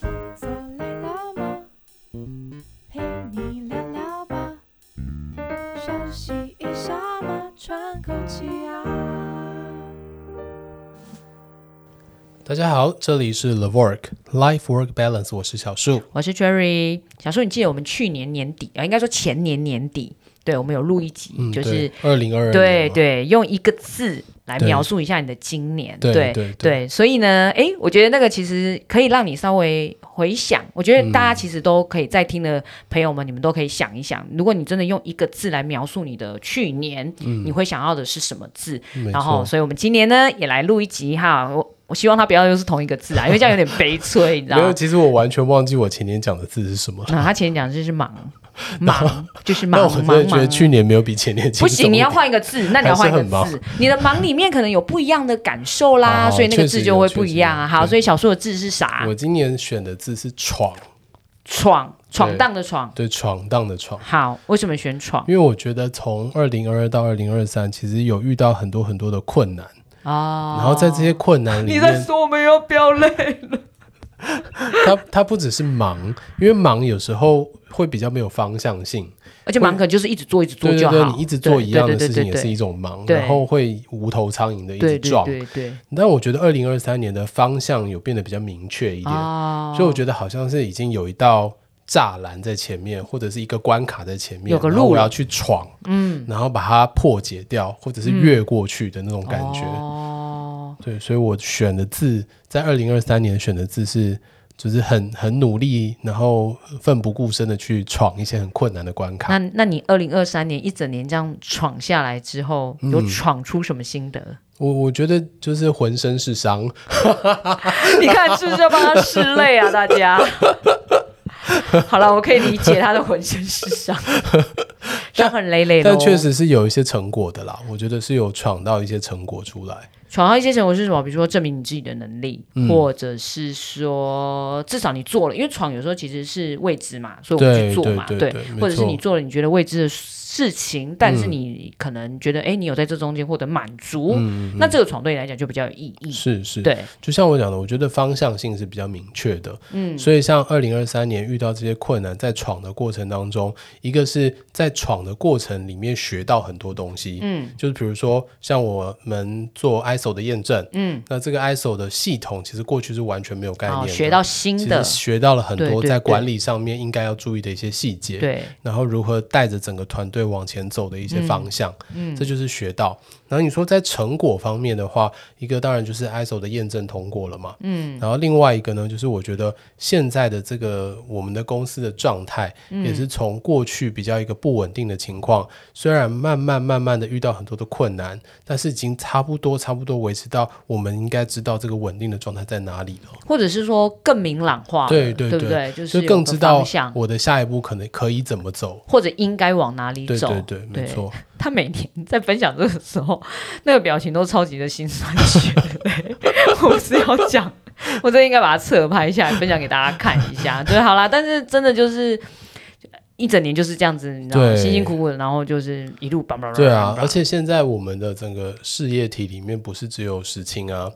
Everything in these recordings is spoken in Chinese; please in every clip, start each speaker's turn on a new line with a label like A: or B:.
A: 坐累了吗？陪你聊聊吧，休息一下嘛，喘口气啊。
B: 大家好，这里是 The Work Life Work Balance，我是小树。
C: 我是 Jerry。小树，你记得我们去年年底啊，应该说前年年底，对我们有录一集，
B: 嗯，
C: 就是
B: 二零二二，哦
C: 对对，用一个字来
B: 对
C: 描述一下你的今年，
B: 对
C: 对
B: 对对
C: 所以呢，诶，我觉得那个其实可以让你稍微回想，我觉得大家其实都可以在听的朋友们，你们都可以想一想，如果你真的用一个字来描述你的去年，你会想要的是什么字？
B: 没
C: 然后，
B: 错，
C: 所以我们今年呢也来录一集哈，我我希望它不要又是同一个字啊，因为这样有点悲催，你知
B: 没
C: 道
B: 有，
C: 吗？
B: 其实我完全忘记我前年讲的字是什么。
C: 那、他前面讲的就是忙忙，就是
B: 那
C: 忙
B: 我真的
C: 忙
B: 觉得
C: 忙。
B: 去年没有比前年轻松
C: 不
B: 一点。
C: 行，你要换一个字，那你要换一个
B: 还是
C: 字。你的忙里面可能有不一样的感受啦，
B: 哦
C: 所以那个字就会不一样啊。
B: 确实有
C: 好，
B: 对
C: 所以小说的字是啥？
B: 我今年选的字是“闯
C: 闯，闯荡的闯”，。
B: 对，闯荡的“闯
C: 好，为什么选”，闯
B: 因为我觉得从二零二二到二零二三，其实有遇到很多很多的困难，
C: 啊？
B: 然后在这些困难里
C: 你在
B: 面，
C: 说我们要飙泪？
B: 它它不只是忙，因为忙有时候会比较没有方向性。
C: 而且忙可能就是一直做，一直做
B: 对
C: 就
B: 对
C: 好。
B: 对，你一直做一样的
C: 对
B: 事情
C: 对对
B: 也
C: 对
B: 是一种忙，
C: 对
B: 然后会无头苍蝇的一直
C: 对对
B: 撞。
C: 对对对
B: 但我觉得二零二三年的方向有变得比较明确一点，
C: 啊
B: 所以我觉得好像是已经有一道栅栏在前面，或者是一个关卡在前面，
C: 有个
B: 然后
C: 路
B: 我
C: 了
B: 要去闯，嗯，然后把它破解掉，或者是越过去的那种感觉。
C: 嗯哦，
B: 对，所以我选的字在二零二三年选的字是。就是很很努力，然后奋不顾身的去闯一些很困难的关卡
C: 那。那你二零二三年一整年这样闯下来之后，有闯出什么心得？
B: 我我觉得就是浑身是伤，
C: 你看是不是要帮他拭泪啊？大 家。好了，我可以理解他的浑身是 伤，伤痕累累咯
B: 但确实是有一些成果的啦。我觉得是有闯到一些成果出来。
C: 闯到一些成果是什么？比如说证明你自己的能力，
B: 嗯
C: 或者是说至少你做了，因为闯有时候其实是未知嘛，所以我们
B: 对
C: 去做嘛，
B: 对对对没
C: 或者是
B: 错
C: 你做了你觉得未知的事情，但是你可能觉得哎、诶你有在这中间获得满足，那这个闯对你来讲就比较有意义。
B: 嗯是是，
C: 嗯对，
B: 就像我讲的，我觉得方向性是比较明确的。嗯，所以像二零二三年遇到这些困难，在闯的过程当中，一个是在闯的过程里面学到很多东西。嗯，就是比如说像我们做 ISO 的验证，嗯，那这个 ISO 的系统其实过去是完全没有概念
C: 哦，
B: 的，
C: 学到新
B: 其
C: 的
B: 实，学到了很
C: 对
B: 多
C: 对
B: 在
C: 对
B: 管理上面应该要注意的一些细节。
C: 对，
B: 然后如何带着整个团队往前走的一些方向，嗯，这就是学到。然后你说在成果方面的话，一个当然就是 ISO 的验证通过了嘛，嗯，然后另外一个呢，就是我觉得现在的这个我们的公司的状态，也是从过去比较一个不稳定的情况，虽然慢慢慢慢的遇到很多的困难，但是已经差不多差不多维持到我们应该知道这个稳定的状态在哪里了。
C: 或者是说更明朗化了，
B: 对对
C: 不对？就是
B: 就
C: 有个
B: 更知道
C: 方向，
B: 我的下一步可能可以怎么走，
C: 或者应该往哪里
B: 对
C: 走。
B: 对对，没错。
C: 他每年在分享这个时候，那个表情都超级的心酸血泪。 我是要讲，我真的应该把它侧拍下来，分享给大家看一下。对，好啦，但是真的就是。一整年就是这样子，你知道吗？
B: 对
C: 辛辛苦苦的，然后就是一路叭叭叭叭叭。
B: 对啊，而且现在我们的整个事业体里面，不是只有石青啊，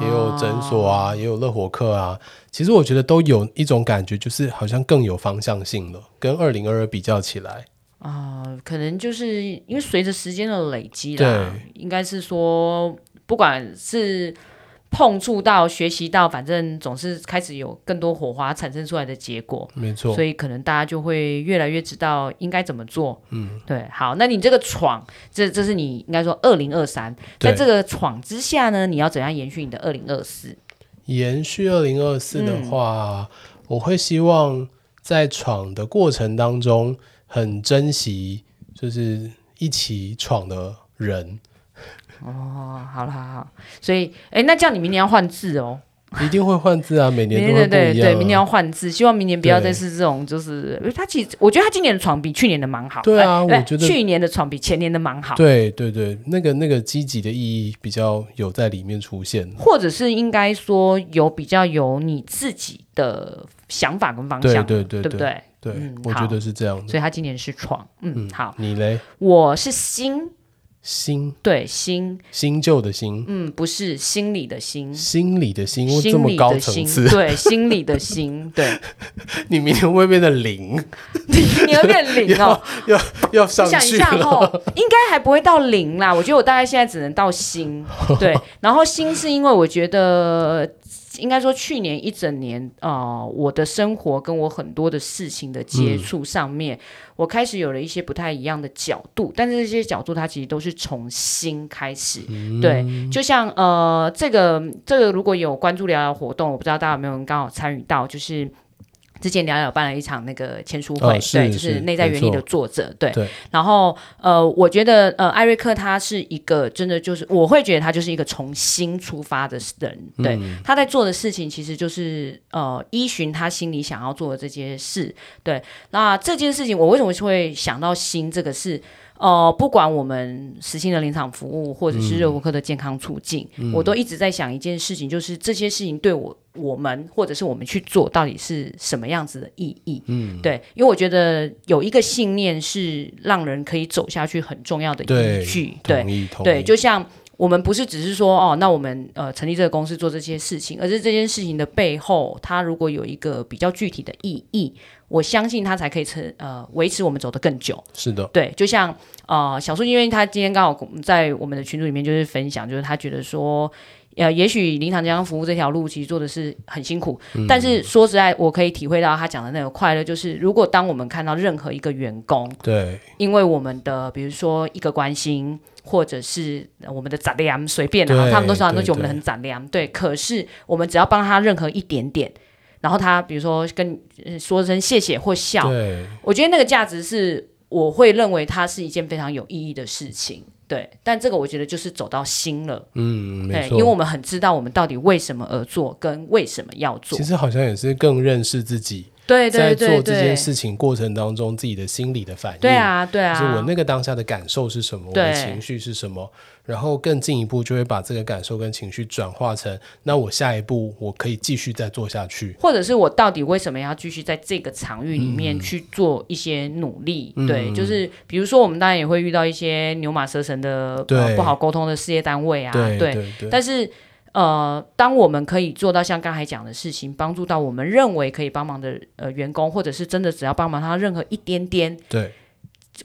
B: 也有诊所啊，也有乐活客啊。其实我觉得都有一种感觉，就是好像更有方向性了。跟二零二二比较起来，
C: 啊、可能就是因为随着时间的累积啦，应该是说，不管是碰触到、学习到，反正总是开始有更多火花产生出来的结果，
B: 没错
C: 所，以可能大家就会越来越知道应该怎么做。嗯，对。好，那你这个闯，这这是你应该说二零二三，在
B: 对
C: 这个闯之下呢，你要怎样延续你的二零二四？
B: 延续二零二四
C: 嗯
B: 的话，我会希望在闯的过程当中，很珍惜就是一起闯的人，
C: 哦，好了，好好。所以，哎，那这样你明年要换字哦。
B: 一定会换字啊，每
C: 明
B: 年
C: 年
B: 都会
C: 对
B: 不
C: 对
B: 一样、啊。
C: 对，明年要换字，希望明年不要
B: 对
C: 再是这种，就是他其实我觉得他今年的床比去年的蛮好，
B: 对啊
C: 哎
B: 我
C: 对
B: 觉得
C: 去年的床比前年的蛮好，
B: 对对对，那个那个积极的意义比较有在里面出现。
C: 或者是应该说有比较有你自己的想法跟方
B: 对
C: 向，
B: 对对
C: 不
B: 对
C: 对？
B: 对，
C: 嗯
B: 我觉
C: 好嗯
B: 得是这样的。嗯
C: 所以他今年是床，嗯，好，
B: 你嘞？
C: 我是心，
B: 新
C: 对心，
B: 新旧的新，
C: 嗯，不是心理的心，
B: 心理的心，我这
C: 心
B: 么
C: 理
B: 高
C: 的
B: 层
C: 心，
B: 次，
C: 对，心理的心， 对，
B: 你明天会变成零，
C: 你有点零哦，
B: 要要
C: 我
B: 上
C: 想一
B: 去
C: 下
B: 了。
C: 哦，应该还不会到零啦。我觉得我大概现在只能 到星，对。然后星是因为我觉得，应该说去年一整年，呃，我的生活跟我很多的事情的
B: 嗯
C: 接触上面，我开始有了一些不太一样的角度，但是这些角度它其实都是从新开始，
B: 嗯
C: 对。就像呃，这个这个如果有关注聊聊活动，我不知道大家有没有人刚好参与到，就是。之前聊聊办了一场那个签书会，
B: 哦是
C: 对，就是
B: 是
C: 内在
B: 没
C: 原理
B: 错
C: 的作者，对，
B: 对
C: 然后呃，我觉得呃，艾瑞克他是一个真的就是，我会觉得他就是一个从新出发的人，
B: 嗯
C: 对，他在做的事情其实就是呃，依循他心里想要做的这些事，对。那这件事情我为什么会想到新这个事？呃，不管我们实心的临场服务，或者是热乎科的健康促进，我都一直在想一件事情，就是这些事情对我、我们或者是我们去做，到底是什么样子的意义？对，因为我觉得有一个信念是让人可以走下去很重要的依据。对
B: 同意同意。
C: 对，就像我们不是只是说哦，那我们呃成立这个公司做这些事情，而是这件事情的背后，它如果有一个比较具体的意义，我相信它才可以成呃维持我们走得更久。
B: 是的，
C: 对，就像呃，小树，因为他今天刚好跟在我们的群组里面就是分享，就是他觉得说，呃，也许临场健康服务这条路其实做的是很辛苦，但是说实在，我可以体会到他讲的那个快乐，就是如果当我们看到任何一个员工，
B: 对，
C: 因为我们的比如说一个关心，或者是呃我们的杂粮，随便啊，
B: 对
C: 他们都常常都
B: 对
C: 觉得我们
B: 对
C: 很杂粮，对。可是我们只要帮他任何一点点，然后他比如说跟呃说声谢谢或笑，
B: 对，
C: 我觉得那个价值是，我会认为它是一件非常有意义的事情。对，但这个我觉得就是走到心了，
B: 嗯，没
C: 对，
B: 错。
C: 因为我们很知道我们到底为什么而做，跟为什么要做
B: 其。实好像也是更认识自己，
C: 对
B: 在做
C: 对对
B: 这
C: 对
B: 件，事情过程当中自己的心理的反应。
C: 对，啊对
B: 就是
C: 啊
B: 我，那个当下的感受是什么，我的
C: 对
B: 情绪是什么，然后更进一步就会把这个感受跟情绪转化成，那我下一步我可以继续再做下去。
C: 或者是我到底为什么要继续在这个场域里
B: 嗯
C: 面去做一些努力？对，就是比如说我们当然也会遇到一些牛马蛇神的呃
B: 对
C: 不好沟通的事业单位啊，
B: 对
C: 对，
B: 对对，
C: 但是呃，当我们可以做到像刚才讲的事情，帮助到我们认为可以帮忙的呃员工，或者是真的只要帮忙他任何一点点，
B: 对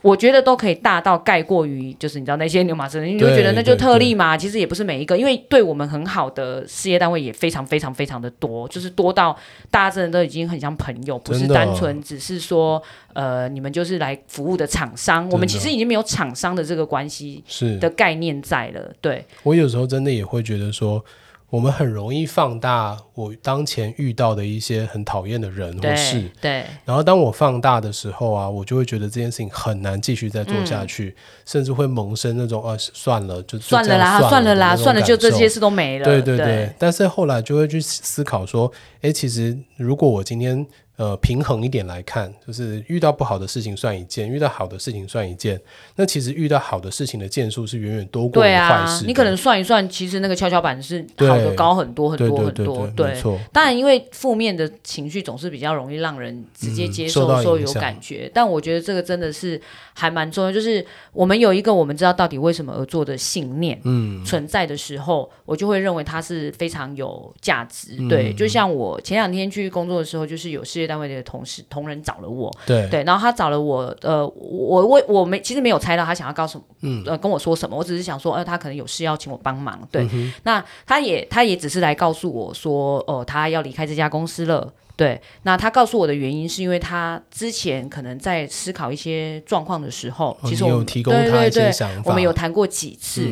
C: 我觉得都可以大到盖过于就是你知道那些牛马车，你就觉得那就
B: 对对
C: 特例嘛。其实也不是每一个，因为对我们很好的事业单位也非常非常非常的多，就是多到大家真的都已经很像朋友，不是
B: 真的
C: 单纯只是说呃你们就是来服务的厂商，我们其
B: 真的
C: 实已经没有厂商的这个关系
B: 是
C: 的概念在了，对。
B: 我有时候真的也会觉得说，我们很容易放大我当前遇到的一些很讨厌的人或事
C: 对。对，
B: 然后当我放大的时候啊，我就会觉得这件事情很难继续再做下去，甚至会萌生那种啊算了就就
C: 嗯算
B: 这
C: 了
B: 样
C: 啦，
B: 算
C: 了啦，
B: 的那种
C: 算了，就
B: 感
C: 这
B: 受
C: 些事都没了。
B: 对
C: 对
B: 对对，但是后来就会去思考说，诶，其实如果我今天呃平衡一点来看，就是遇到不好的事情算一件，遇到好的事情算一件，那其实遇到好的事情的件数是远远多过于
C: 对
B: 坏
C: 啊
B: 事，的。
C: 你可能算一算，其实那个跷跷板是好的
B: 对
C: 高很多很
B: 对
C: 多
B: 对
C: 很
B: 对
C: 多。
B: 对，没
C: 对，
B: 错，
C: 当然因为负面的情绪总是比较容易让人直接
B: 嗯
C: 接
B: 受
C: 受
B: 到
C: 的时候
B: 影
C: 有
B: 响
C: 感觉，但我觉得这个真的是还蛮重要，就是我们有一个我们知道到底为什么而做的信念，
B: 嗯，
C: 存在的时候，我就会认为它是非常有价值。
B: 嗯
C: 对，就像我前两天去工作的时候，就是有事业单位的同事同仁找了我，
B: 对
C: 对，然后他找了我，呃，我我我没其实没有猜到他想要告诉，嗯，呃，跟我说什么，我只是想说，呃，他可能有事要请我帮忙，
B: 嗯
C: 对，那他也他也只是来告诉我说，哦、他要离开这家公司了。对，那他告诉我的原因是因为他之前可能在思考一些状况的时候，
B: 哦
C: 其实
B: 你
C: 我
B: 有
C: 们
B: 提供
C: 对
B: 他
C: 对
B: 一些
C: 对，
B: 想法，嗯
C: 我们有谈过几次。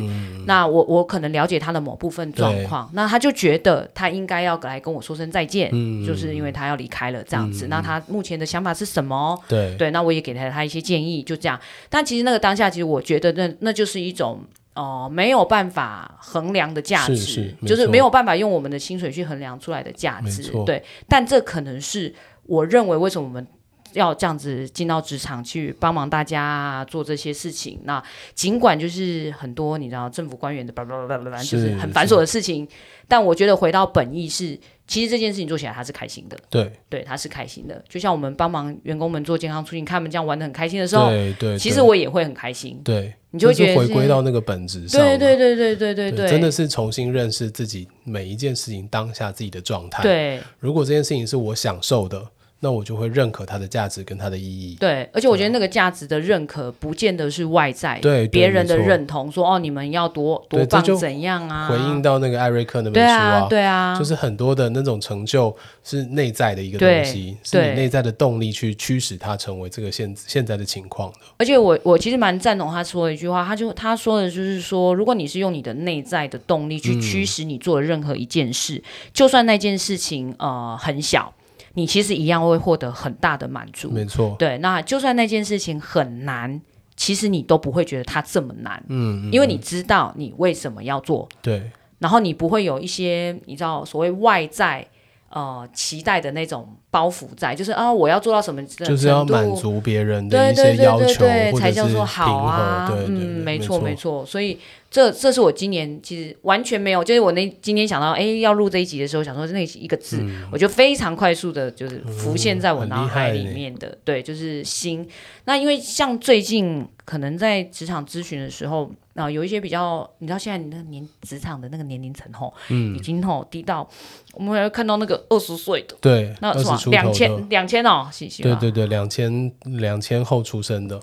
C: 那我我可能了解他的某部分状况，那他就觉得他应该要来跟我说声再见，
B: 嗯
C: 就是因为他要离开了这样子。那他目前的想法是什么？
B: 对
C: 对，那我也给了他一些建议，就这样。但其实那个当下，其实我觉得那那就是一种。哦、没有办法衡量的价值，
B: 是是没
C: 就是
B: 错
C: 没有办法用我们的薪水去衡量出来的价
B: 没
C: 值
B: 错。
C: 对，但这可能是我认为为什么我们要这样子进到职场去帮忙大家做这些事情。那尽管就是很多你知道政府官员的叭叭叭叭叭，就是是很繁琐的事情，但我觉得回到本意是，其实这件事情做起来他是开心的，
B: 对
C: 对，他是开心的。就像我们帮忙员工们做健康促进，看他们这样玩的很开心的时候，
B: 对对，
C: 其
B: 对
C: 实我也会很开心，
B: 对，
C: 你就会
B: 是
C: 觉得
B: 回
C: 是
B: 归到那个本质上嘛，
C: 对对对对对对
B: 对真的是重新认识自己每一件事情当下自己的状态。，
C: 对
B: 如果这件事情是我享受的，那我就会认可它的价值跟它的意义。
C: 对，而且我觉得那个价值的认可，不见得是外在
B: 啊对对
C: 别人的
B: 没错
C: 认同，说哦你们要多
B: 对
C: 多
B: 这
C: 棒
B: 就
C: 怎样啊，
B: 回应到那个艾瑞克那
C: 对
B: 本书
C: 啊对啊，
B: 就是很多的那种成就是内在的一个东西，
C: 对
B: 是你
C: 对
B: 内在的动力去驱使它成为这个现现在的情况的。
C: 而且我我其实蛮赞同他说的一句话，他就他说的就是说，如果你是用你的内在的动力去驱使你做的任何一件事，就算那件事情呃很小，你其实一样会获得很大的满足。
B: 没错，
C: 对，那就算那件事情很难，其实你都不会觉得它这么难，
B: 嗯，嗯
C: 因为你知道你为什么要做，
B: 对
C: 然后你不会有一些你知道所谓外在。呃，期待的那种包袱在，就是啊，我要做到什么程度，
B: 就是要满足别人的
C: 对
B: 一
C: 对
B: 些
C: 对
B: 要
C: 对
B: 求，
C: 对，
B: 或者
C: 才
B: 是
C: 叫
B: 平
C: 做
B: 衡。
C: 好啊。
B: 对对对，
C: 嗯，没
B: 没
C: 错没错。所以这这是我今年其实完全没有，就是我那今天想到哎要录这一集的时候，想说那一个字，我就非常快速的，就是浮现在我
B: 嗯
C: 脑海
B: 很厉
C: 里
B: 害呢
C: 面的。对，就是心。那因为像最近可能在职场咨询的时候。啊、有一些比较，你知道现在你那个年职场的那个年龄层吼，
B: 嗯
C: 已经吼低到，我们还会看到那个二十岁的，
B: 对，
C: 那
B: 二
C: 什
B: 十
C: 么
B: 出头
C: 两
B: 的，
C: 千两千哦，是是
B: 对
C: 吧
B: 对对，两千两千后出生的，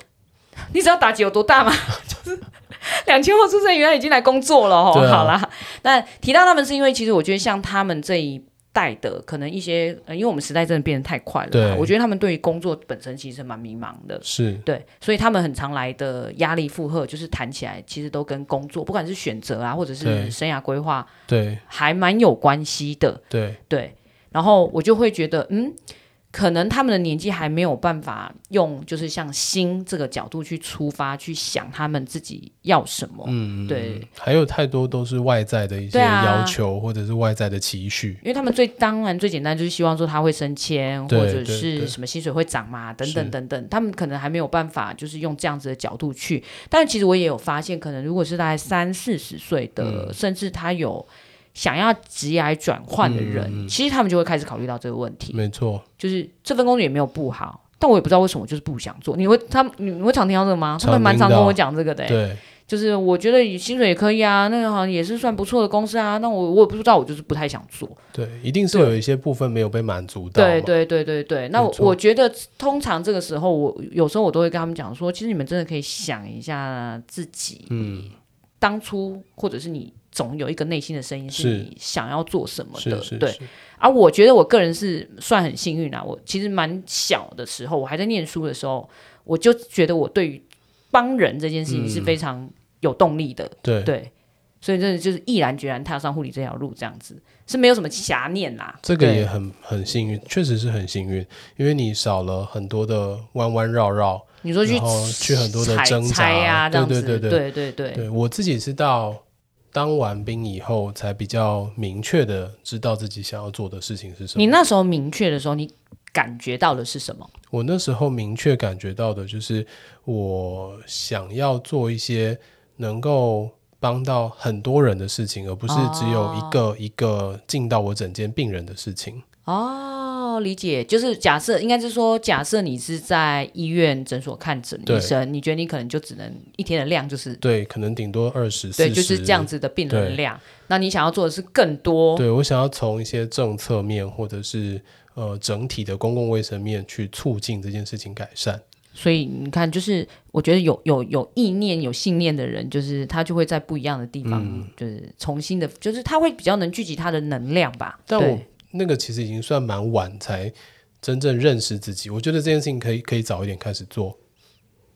C: 你知道妲己有多 大吗？就是两千后出生，原来已经来工作了哦。
B: 对啊
C: 好啦，那提到他们是因为，其实我觉得像他们这一代的，可能一些，呃、因为我们时代真的变得太快了啦
B: 对，
C: 我觉得他们对于工作本身其实蛮迷茫的。
B: 是
C: 对，所以他们很常来的压力负荷，就是谈起来其实都跟工作，不管是选择啊，或者
B: 对
C: 是生涯规划，
B: 对
C: 还蛮有关系的。
B: 对
C: 对，然后我就会觉得，嗯，可能他们的年纪还没有办法用，就是像心这个角度去出发，去想他们自己要什么。嗯，对，
B: 还有太多都是外在的一些
C: 对啊
B: 要求，或者是外在的期许。
C: 因为他们最当然最简单就是希望说他会升迁，
B: 对
C: 或者
B: 对对
C: 是什么薪水会涨嘛，等
B: 是
C: 等等等，他们可能还没有办法就是用这样子的角度去。但其实我也有发现，可能如果是大概三四十岁的，
B: 嗯
C: 甚至他有。想要职涯转换的人，
B: 嗯嗯嗯
C: 其实他们就会开始考虑到这个问题。
B: 没错，
C: 就是这份工作也没有不好，但我也不知道为什么，就是不想做。你会他们你你会常听到这个吗？他们蛮常跟我讲这个的、欸，
B: 对
C: 就是我觉得薪水也可以啊，那个好像也是算不错的公司啊，那我我也不知道，我就是不太想做。
B: 对，一定是有一些部分没有被满足到嘛。
C: 对对对对对，那
B: 没
C: 我
B: 错
C: 我觉得通常这个时候，我有时候我都会跟他们讲说，其实你们真的可以想一下自己，嗯，当初或者是你总有一个内心的声音
B: 是
C: 是你想要做什么
B: 是
C: 的，
B: 是
C: 对。
B: 是
C: 啊，我觉得我个人是算很幸运啦、啊我其实蛮小的时候，我还在念书的时候，我就觉得我对于帮人这件事情是非常有动力的。
B: 嗯对
C: 对，所以真的就是毅然决然踏上护理这条路，这样子是没有什么遐念啦。
B: 这个
C: 对
B: 也很很幸运，确实是很幸运，因为你少了很多的弯弯绕绕，
C: 你说去
B: 然后去很多的
C: 采
B: 挣扎
C: 采啊，这样
B: 对
C: 子，
B: 对对
C: 对对对
B: 对我自己是到当完兵以后，才比较明确的知道自己想要做的事情是什么。
C: 你那时候明确的时候，你感觉到的是什么？
B: 我那时候明确感觉到的就是，我想要做一些能够帮到很多人的事情，而不是只有一个一个进到我整间病人的事情。
C: 哦，理解，就是假设，应该是说，假设你是在医院诊所看诊
B: 对
C: 医生，你觉得你可能就只能一天的量就是
B: 对，可能顶多二十，
C: 对，就是这样
B: 子。
C: 子哦的病
B: 对
C: 人量。那你想要做的是更多，
B: 对我想要从一些政策面或者是呃整体的公共卫生面去促进这件事情改善。
C: 所以你看，就是我觉得有有有意念、有信念的人，就是他就会在不一样的地方，就是重新的，就是他会比较能聚集他的能量吧。
B: 但我
C: 对
B: 那个其实已经算蛮晚才真正认识自己。我觉得这件事情可以可以早一点开始做。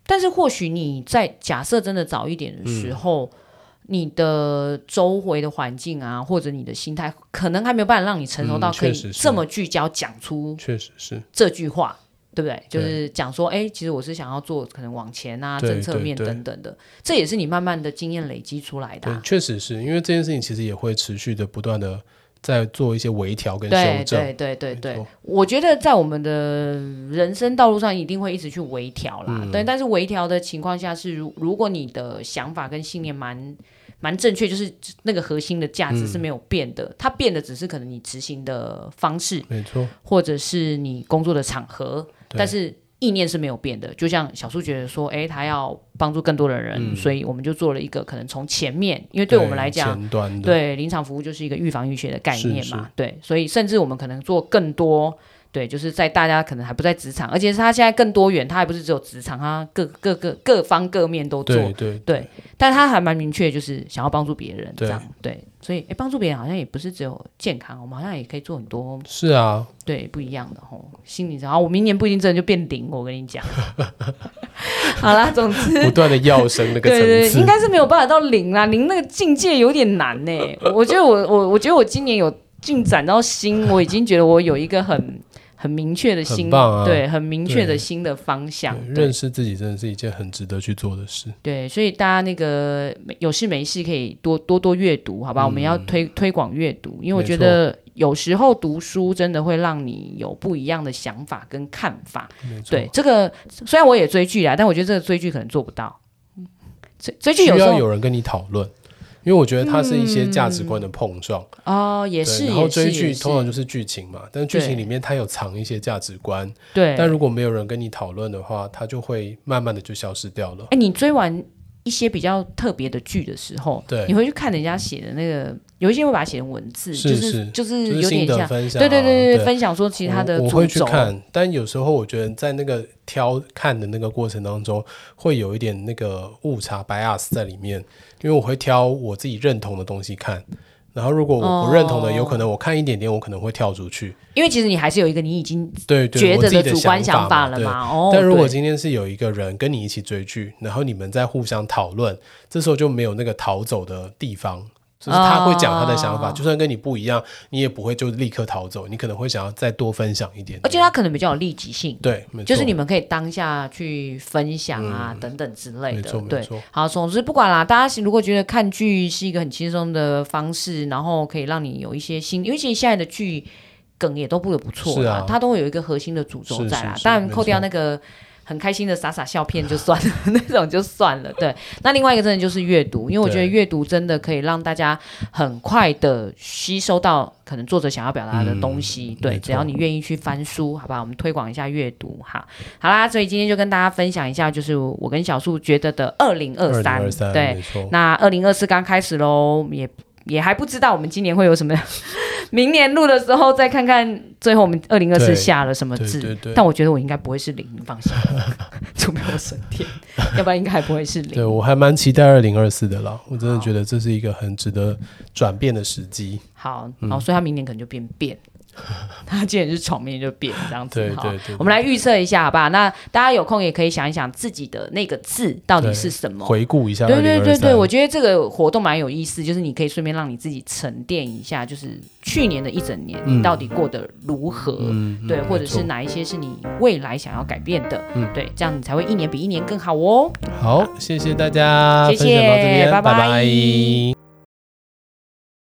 C: 但是或许你在假设真的早一点的时候，你的周围的环境啊，或者你的心态，可能还没有办法让你成熟
B: 嗯
C: 到可以
B: 确实是
C: 这么聚焦讲出
B: 确实是，
C: 这句话，对不对？就是讲说，哎，其实我是想要做可能往前啊，
B: 对
C: 政策
B: 对
C: 面
B: 对
C: 等等的，这也是你慢慢的经验累积出来的
B: 对，
C: 啊、
B: 确实是因为这件事情其实也会持续的不断的在做一些微调跟修
C: 对
B: 正。
C: 对对对
B: 没
C: 对
B: 错，
C: 我觉得在我们的人生道路上一定会一直去微
B: 嗯
C: 调啦，对。但是微调的情况下是，如如果你的想法跟信念蛮蛮正确，就是那个核心的价值是没有变
B: 嗯
C: 的，它变的只是可能你执行的方式，
B: 没错，
C: 或者是你工作的场合，
B: 对
C: 但是意念是没有变的。就像小树觉得说，诶，他要帮助更多的人，
B: 嗯
C: 所以我们就做了一个可能从前面，因为对我们来讲，
B: 前端的
C: 对临场服务就是一个预防预学的概念
B: 是
C: 嘛，对，所以甚至我们可能做更多，对，就是在大家可能还不在职场，而且是他现在更多元，他还不是只有职场，他各各各各方各面都做，
B: 对对
C: 对但他还蛮明确，就是想要帮助别人这
B: 对
C: 样，对，所以哎，帮助别人好像也不是只有健康，我们好像也可以做很多
B: 是啊，
C: 对不一样的吼，心理上，啊我明年不一定真的就变零，我跟 你讲，好啦，总之
B: 不断的要升那个层
C: 对对，
B: 次，
C: 应该是没有办法到零啦，零那个境界有点难呢、我觉得我我我觉得我今年有进展到新，我已经觉得我有一个很很明确的新，
B: 很棒啊
C: 对，很明确的
B: 对
C: 新的方向
B: 对。
C: 对
B: 认识自己真的是一件很值得去做的事。
C: 对，所以大家那个有事没事可以多多多阅读，好吧？我们要推推广阅读，因为我
B: 嗯没
C: 觉
B: 错
C: 得有时候读书真的会让你有不一样的想法跟看法。
B: 没错，
C: 对，这个虽然我也追剧啦，但我觉得这个追剧可能做不到。追追剧
B: 需
C: 有时
B: 要
C: 候
B: 有人跟你讨论，因为我觉得它是一些价值观的碰撞。
C: 哦，嗯也
B: 对
C: 是，
B: 然后
C: 也是
B: 追剧
C: 也是
B: 通常就是剧情嘛，但是剧
C: 对
B: 情里面它有藏一些价值观，
C: 对。
B: 但如果没有人跟你讨论的话，它就会慢慢的就消失掉了。
C: 哎，你追完一些比较特别的剧的时候，
B: 对
C: 你会去看人家写的那个，有一些会把它写成文字，
B: 是
C: 就是
B: 是
C: 就是
B: 就是
C: 有
B: 心
C: 点
B: 得
C: 像，
B: 分享啊、
C: 对对对
B: 对，
C: 分享说其他的
B: 我我
C: 主
B: 会去
C: 轴，
B: 看，但有时候我觉得在那个挑看的那个过程当中，会有一点那个误差 bias 在里面，因为我会挑我自己认同的东西看。然后如果我不认同的，
C: 哦
B: 有可能我看一点点，我可能会跳出去。
C: 因为其实你还是有一个你已经
B: 对对，
C: 觉
B: 我
C: 得
B: 自己
C: 主观
B: 想
C: 法
B: 嘛
C: 了
B: 对
C: 嘛。哦，
B: 但如果
C: 对
B: 今天是有一个人跟你一起追剧，然后你们在互相讨论，这时候就没有那个逃走的地方。就是他会讲他的想法，
C: 哦
B: 就算跟你不一样，你也不会就立刻逃走，你可能会想要再多分享一点点。
C: 而且它可能比较有立即性。
B: 对，没错嗯
C: 就是你们可以当下去分享啊，等等之类
B: 没
C: 的
B: 错，没
C: 对
B: 错。
C: 好，总之不管啦，大家如果觉得看剧是一个很轻松的方式，然后可以让你有一些新，因为其实现在的剧梗也都不得不错
B: 是
C: 啦，
B: 啊
C: 它都会有一个核心的主轴
B: 是
C: 在啦
B: 是。是
C: 当然
B: 没
C: 扣掉
B: 错
C: 那个很开心的傻傻笑片就算了， 那种就算了。对，那另外一个真的就是阅读，因为我觉得
B: 对
C: 阅读真的可以让大家很快的吸收到可能作者想要表达的东西。
B: 嗯
C: 对，
B: 没
C: 只要
B: 错
C: 你愿意去翻书，好不好？我们推广一下阅读，好。好啦，所以今天就跟大家分享一下，就是我跟小树觉得的二零二
B: 二零
C: 三
B: 二三，，
C: 对。
B: 没错，
C: 那二零二四刚开始喽，也也还不知道我们今年会有什么，明年录的时候再看看，最后我们二零二四
B: 对
C: 下了什么
B: 对
C: 字。
B: 对对
C: 但我觉得我应该不会是零，你放心， 除非我升天，要不然应该还不会是
B: 对
C: 零。
B: 我还蛮期待二零二四的啦，我真的觉得这是一个很值得转变的时机。
C: 好，
B: 嗯
C: 好，所以他明年可能就变变，他既然是闯，明年就变这样子。
B: 对
C: 好
B: 对对，
C: 我们来预测一下，好不好？那大家有空也可以想一想自己的那个字到底
B: 对
C: 是什么。
B: 回顾一下2023，
C: 对对对对，我觉得这个活动蛮有意思，就是你可以顺便让你自己沉淀一下，就是去年的一整年
B: 嗯
C: 你到底过得如何。
B: 嗯，
C: 对，
B: 嗯
C: 或者是
B: 没
C: 哪一些是你未来想要改变的，
B: 嗯
C: 对，这样你才会一年比一年更好哦。
B: 错好，谢谢大家，
C: 谢
B: 分
C: 谢
B: 享到这边，
C: 拜拜
B: 拜